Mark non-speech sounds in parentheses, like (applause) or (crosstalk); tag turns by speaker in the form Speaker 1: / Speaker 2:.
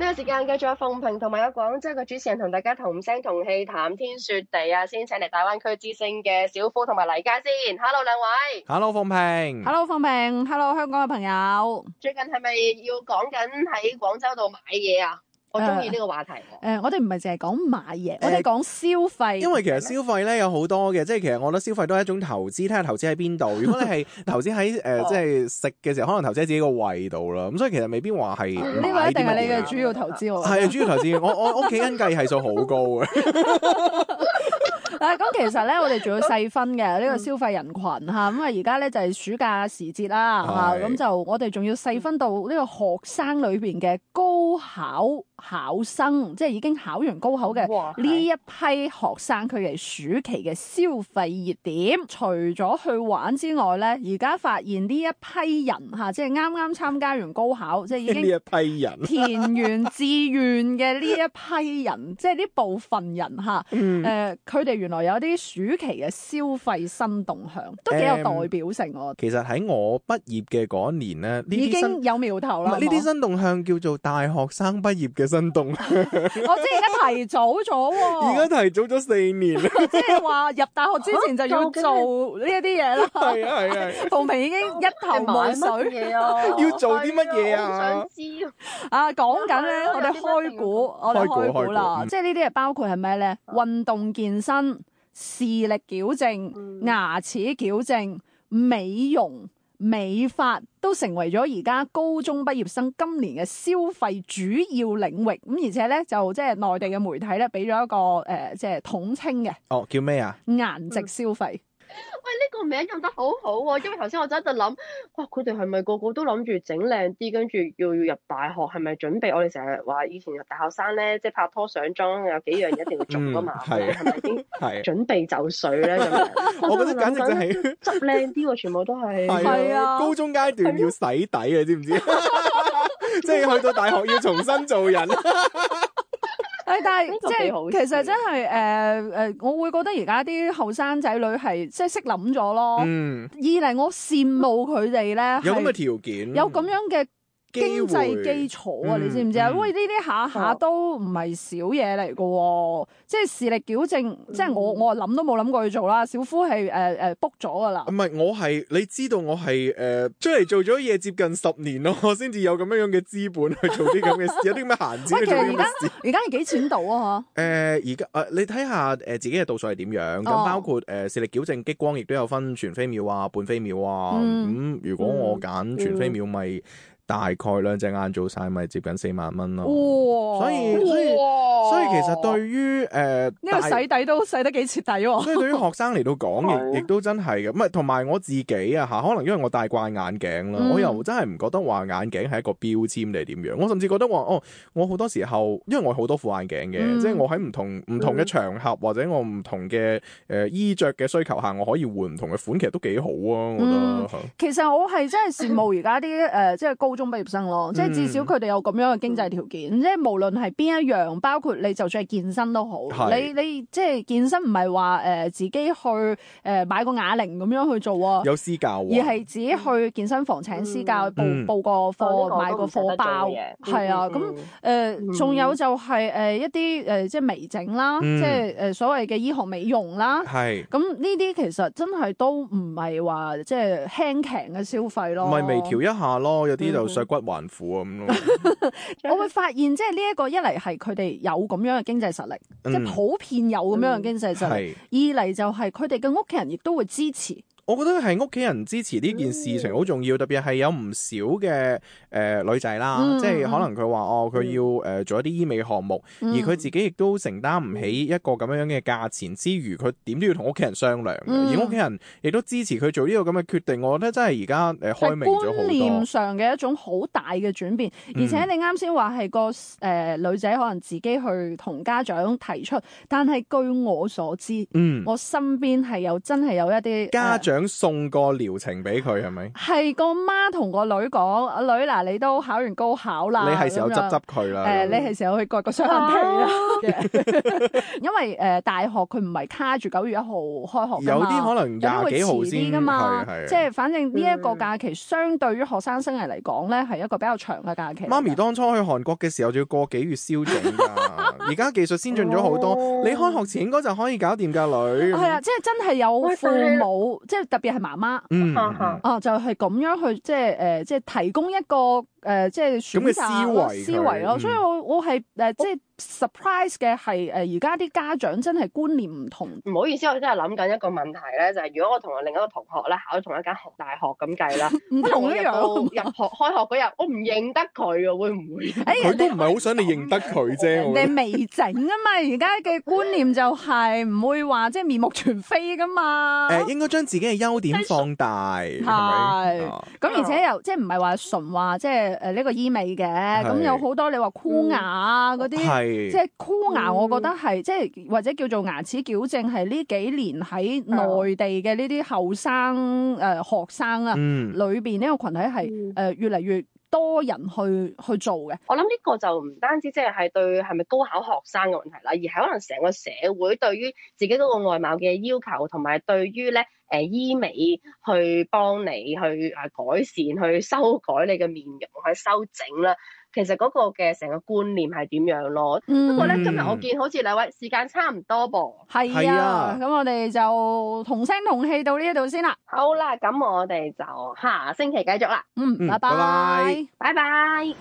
Speaker 1: 呢個時間繼續有鳳萍同埋有廣州嘅主持人同大家同聲同氣談天說地啊！先請嚟大灣區之聲嘅小夫同埋黎佳先，Hello 兩位，
Speaker 2: Hello，鳳平。
Speaker 3: Hello，鳳平，Hello，香港嘅朋友。
Speaker 1: 最近係咪要講緊喺廣州度買嘢啊？我中意呢個話題喎。
Speaker 3: 誒、我哋唔係淨係講買嘢，我哋講消費。
Speaker 2: 因為其實消費咧有好多嘅，即係其實我覺得消費都係一種投資，睇下投資喺邊度。如果你係投資喺
Speaker 1: 哦
Speaker 2: 誒即係食嘅時候，可能投資喺自己個胃度啦。咁所以其實未必話係
Speaker 3: 哦呢個一
Speaker 1: 買啲
Speaker 3: 定係你
Speaker 1: 乜嘢
Speaker 3: 嘅
Speaker 1: 啊
Speaker 3: 主要投資喎。
Speaker 2: 係主要投資。我我屋企人計係數好高嘅，
Speaker 3: 嗱，啊咁其實咧，我哋仲
Speaker 2: (laughs)
Speaker 3: 要細分嘅呢個
Speaker 2: 嗯
Speaker 3: 消費人群嚇，咁啊而家咧就係暑假時節啦
Speaker 2: 係
Speaker 3: 嚇，咁就我哋仲要細分到呢個學生裏邊嘅高考考生，即係已經考完高考嘅
Speaker 1: 哇
Speaker 3: 呢一批學生，佢哋暑期嘅消費熱點，除咗去玩之外咧，而家發現呢一批人嚇，即係啱啱參加完高考，即係 (laughs) 已
Speaker 2: (laughs)
Speaker 3: 經
Speaker 2: 呢一批人。
Speaker 3: 填完志願嘅呢一批人，即係呢部分人嚇，
Speaker 2: 嗯
Speaker 3: 誒呃佢哋原來有啲暑期嘅消費新動向，都幾有代表性喎。
Speaker 2: 其實喺我畢業嘅嗰一年咧，呢
Speaker 3: 已
Speaker 2: 啲新
Speaker 3: 經有苗頭
Speaker 2: 唔
Speaker 3: 啦，
Speaker 2: 係呢啲
Speaker 3: 係嘛哦
Speaker 2: 新動向叫做大學生畢業嘅新動向，
Speaker 3: 我即係而家提早咗
Speaker 2: (laughs)
Speaker 3: 喎，
Speaker 2: 而家提早咗四
Speaker 3: (laughs)
Speaker 2: 年啦。
Speaker 3: 即係話入大學之前
Speaker 2: (laughs)
Speaker 3: 就要做呢一啲嘢啦。 (laughs)
Speaker 2: 係啊係啊。
Speaker 3: 鳳平已經哎一頭霧
Speaker 1: (laughs)
Speaker 3: 水
Speaker 1: 嘢啊？
Speaker 2: 要做啲乜嘢
Speaker 1: 係
Speaker 2: 啊
Speaker 1: 我好想知啊。
Speaker 3: 啊！講
Speaker 1: (laughs)
Speaker 3: 緊咧，
Speaker 1: 係啊
Speaker 3: 我哋開股，我哋
Speaker 2: 開股
Speaker 3: 開股
Speaker 2: 開嗯
Speaker 3: 啦，
Speaker 2: 股
Speaker 3: 即係呢啲係包括係咩咧？運動健身、視力矯正。
Speaker 1: 嗯
Speaker 3: 牙齒矯正、美容、美髮都成為咗而家高中畢業生今年嘅消費主要領域。咁而且咧就即係內地嘅媒體咧俾咗一個誒、呃即係統稱嘅
Speaker 2: 哦，叫咩啊？
Speaker 1: 嗯
Speaker 3: 顏值消費。
Speaker 1: 喂，呢個名用得好好喎，因為頭先我就喺度諗，哇，佢哋係咪個個都諗住整靚啲，跟住要要入大學，係咪準備？我哋成日話以前入大學生咧，即係拍拖上妝啊有幾樣嘢一定要做噶嘛，
Speaker 2: 嗯係
Speaker 1: 係咪已經
Speaker 2: 係。
Speaker 1: 準備就緒咧咁樣？
Speaker 2: 我覺得簡直就係、
Speaker 1: 就執靚啲喎，全部都係。
Speaker 3: 係啊
Speaker 2: 高中階段要洗底嘅，知唔
Speaker 3: (laughs)
Speaker 2: 知？即係去到大學要重新做人。
Speaker 3: 誒，
Speaker 1: (laughs)
Speaker 3: 但係
Speaker 1: 呢個
Speaker 3: 即
Speaker 1: 幾好
Speaker 3: 係其實
Speaker 1: 笑
Speaker 3: 真係誒誒，我會覺得而家啲後生仔女係即係識諗咗咯。
Speaker 2: 嗯，
Speaker 3: 二嚟我羨慕佢哋咧，
Speaker 2: 有咁嘅
Speaker 3: 哦係
Speaker 2: 條件，
Speaker 3: 有咁樣嘅經濟基
Speaker 2: 機會
Speaker 3: 礎啊，
Speaker 2: 嗯
Speaker 3: 你知唔知啊？
Speaker 2: 嗯
Speaker 3: 喂，呢啲下下都唔係少嘢嚟嘅喎，即係視力矯正，
Speaker 2: 嗯
Speaker 3: 即係我我諗都冇諗過去做啦。小夫係誒誒 book 咗噶啦
Speaker 2: 唔，係，我係你知道我係誒、呃出嚟做咗嘢接近十年咯，我先至有咁樣樣嘅資本去做啲咁嘅
Speaker 3: (laughs)
Speaker 2: 事，有啲咁嘅閒錢去做啲咁嘅事。
Speaker 3: 而家係幾錢度啊？
Speaker 2: 誒而家誒你睇下誒自己嘅度數係點樣，咁、
Speaker 3: 哦
Speaker 2: 包括誒、呃視力矯正激光亦都有分全飛秒啊、半飛秒啊。咁、
Speaker 3: 嗯
Speaker 2: 如果我揀全飛秒，咪、大概兩隻眼做晒，咪接近四萬蚊
Speaker 3: 嚇！
Speaker 2: 咯。
Speaker 3: 哇！
Speaker 2: 哦所以所以所以其實對於誒、呃
Speaker 3: 哦呢個
Speaker 2: 大
Speaker 3: 洗底都洗得幾徹底喎。
Speaker 2: 所以對於學生嚟到講，
Speaker 1: 係
Speaker 3: 啊
Speaker 2: 亦亦都真係嘅。唔係同埋我自己啊嚇，可能因為我戴慣眼鏡啦，
Speaker 3: 嗯
Speaker 2: 我又真係唔覺得話眼鏡係一個標籤定係點樣。我甚至覺得話哦，我好多時候因為我好多副眼鏡嘅，
Speaker 3: 嗯
Speaker 2: 即係我喺唔同唔同嘅場合或者我唔同嘅誒、呃衣着嘅需求下，我可以換唔同嘅款，其實都幾好啊。我覺得
Speaker 3: 嗯其實我係真係羨慕而
Speaker 2: (laughs)
Speaker 3: 家啲誒，即係高中畢業生
Speaker 2: 嗯
Speaker 3: 咯，即係至少佢哋有咁樣嘅經濟條件，即係無論係邊一樣，包括你就算係健身都好，
Speaker 2: 係
Speaker 3: 你你即係健身唔係話誒自己去誒、呃、買個啞鈴咁樣去做啊。
Speaker 2: 有私教
Speaker 3: 而
Speaker 2: 喎，
Speaker 3: 係自己去健身房請私教報
Speaker 2: 嗯
Speaker 3: 報個
Speaker 1: 哦
Speaker 3: 課，買個課包，係
Speaker 1: 嗯
Speaker 3: 啊，咁誒，仲有就係誒一啲誒即係微整啦，
Speaker 2: 嗯
Speaker 3: 即係誒所謂嘅醫學美容啦，
Speaker 2: 係。
Speaker 3: 咁呢啲其實真係都唔係話即係輕強嘅消費咯，
Speaker 2: 咪微調一下咯，有啲就
Speaker 1: 嗯
Speaker 2: 削骨還父啊咁咯。
Speaker 3: (laughs) 我會發現即係呢一個一嚟係佢哋有咁樣嘅經濟實力，即
Speaker 2: 嗯
Speaker 3: 係普遍有咁樣嘅經濟實力；
Speaker 2: 係
Speaker 3: 二嚟就係佢哋嘅屋企人亦都會支持。
Speaker 2: 我覺得係屋企人支持呢件事
Speaker 3: 嗯
Speaker 2: 情好重要，特別係有唔少嘅誒、呃女仔啦，
Speaker 3: 嗯
Speaker 2: 即係可能佢話哦，佢要誒、呃做一啲醫美項目，
Speaker 3: 嗯
Speaker 2: 而佢自己亦都承擔唔起一個咁樣嘅價錢之餘，佢點都要同屋企人商量嘅，
Speaker 3: 嗯
Speaker 2: 而屋企人亦都支持佢做呢個咁嘅決定。我覺得真係而家誒開
Speaker 3: 係
Speaker 2: 明咗
Speaker 3: 觀念
Speaker 2: 好嗯
Speaker 3: 上嘅一種好大嘅轉變，而且你啱先話係個誒、呃女仔可能自己去同家長提出，但係據我所知，
Speaker 2: 多，嗯，
Speaker 3: 我身邊係有真係有一啲
Speaker 2: 家
Speaker 3: 呃
Speaker 2: 長想送個療程俾佢係咪？
Speaker 3: 係個媽同個女講：阿女嗱，你都考完高考啦，
Speaker 2: 你係時候
Speaker 3: 咁
Speaker 2: 執啊
Speaker 3: 樣
Speaker 2: 執佢啦。
Speaker 3: 誒，你係時候去割個雙眼皮啦， (laughs) 因為誒大學佢唔係卡住九月一號開學㗎
Speaker 2: 有
Speaker 3: 嘛
Speaker 2: 啲可能
Speaker 3: 有啲
Speaker 2: 廿
Speaker 3: 會
Speaker 2: 幾號
Speaker 3: 遲
Speaker 2: 先
Speaker 3: 啲噶嘛，
Speaker 2: 係係
Speaker 3: 即係反正呢一個假期相對於學生生涯嚟講咧，係一個比較長嘅假期嚟㗎。
Speaker 2: 媽咪當初去韓國嘅時候，仲要個幾月消腫㗎。
Speaker 3: (laughs)
Speaker 2: 而家技術先進咗好多，
Speaker 1: 哦
Speaker 2: 你開學前應該就可以搞掂㗎，女。
Speaker 3: 係啊，即係真係有
Speaker 1: 喂
Speaker 3: 父
Speaker 1: 但係
Speaker 3: 母，即係特別係媽媽。
Speaker 2: 嗯，
Speaker 1: 哈哈
Speaker 2: 嗯
Speaker 3: 哦，就係咁樣去即係誒、呃即係提供一個誒、呃即係選
Speaker 2: 嘅
Speaker 3: 擇
Speaker 2: 思
Speaker 3: 咯
Speaker 2: 維
Speaker 3: 思
Speaker 2: 佢
Speaker 3: 維咯，
Speaker 2: 嗯
Speaker 3: 所以我我係誒、呃即係 surprise 嘅係誒而家啲家長真係觀念唔同，
Speaker 1: 唔好意思，我真係諗緊一個問題咧，就係、如果我同我另一個同學咧考咗同一間學大學咁計
Speaker 3: (laughs)
Speaker 1: 啦，
Speaker 3: 唔
Speaker 1: 可能
Speaker 3: 同
Speaker 1: 我
Speaker 3: 一
Speaker 1: 入
Speaker 3: 樣
Speaker 1: 到
Speaker 3: 咯。
Speaker 1: 入學開學嗰日，我唔認得佢喎，會唔會？
Speaker 3: 哎
Speaker 2: 佢都唔係好想你認得佢啫，我覺
Speaker 3: 人哋未整啊嘛，而家嘅觀念就係唔會話即係面目全非噶嘛。
Speaker 2: 得。誒，應該將自己嘅優點放大，係咪？
Speaker 3: 啊係
Speaker 2: 啊
Speaker 3: 咁而且又即係唔係話純話即係誒呢個醫美嘅，咁
Speaker 2: 係
Speaker 3: 有好多你話箍牙啊嗰啲。
Speaker 2: 係
Speaker 3: 即係箍牙，我覺得係即係或者叫做牙齒矯正，係呢幾年喺內地嘅呢啲後生誒學生啊，
Speaker 2: 嗯
Speaker 3: 裏邊呢個群體係誒、
Speaker 1: 嗯
Speaker 3: 呃越嚟越多人去去做嘅。
Speaker 1: 我諗呢個就唔單止即係係對係咪高考學生嘅問題啦，而係可能成個社會對於自己嗰個外貌嘅要求，同埋對於咧誒醫美去幫你去啊改善、去修改你嘅面容、去修整啦。其實嗰個嘅成個觀念係點樣咯？不過咧，
Speaker 2: 嗯
Speaker 1: 今日我見好似兩位時間差唔多噃，
Speaker 3: 係
Speaker 2: 係
Speaker 3: 啊
Speaker 2: 啊，
Speaker 3: 咁我哋就同聲同氣到呢一度先啦。
Speaker 1: 好啦，咁我哋就下星期繼續啦，
Speaker 3: 嗯，
Speaker 2: 嗯
Speaker 3: 拜
Speaker 2: 拜
Speaker 3: 拜
Speaker 1: 拜
Speaker 2: 拜。
Speaker 1: 拜。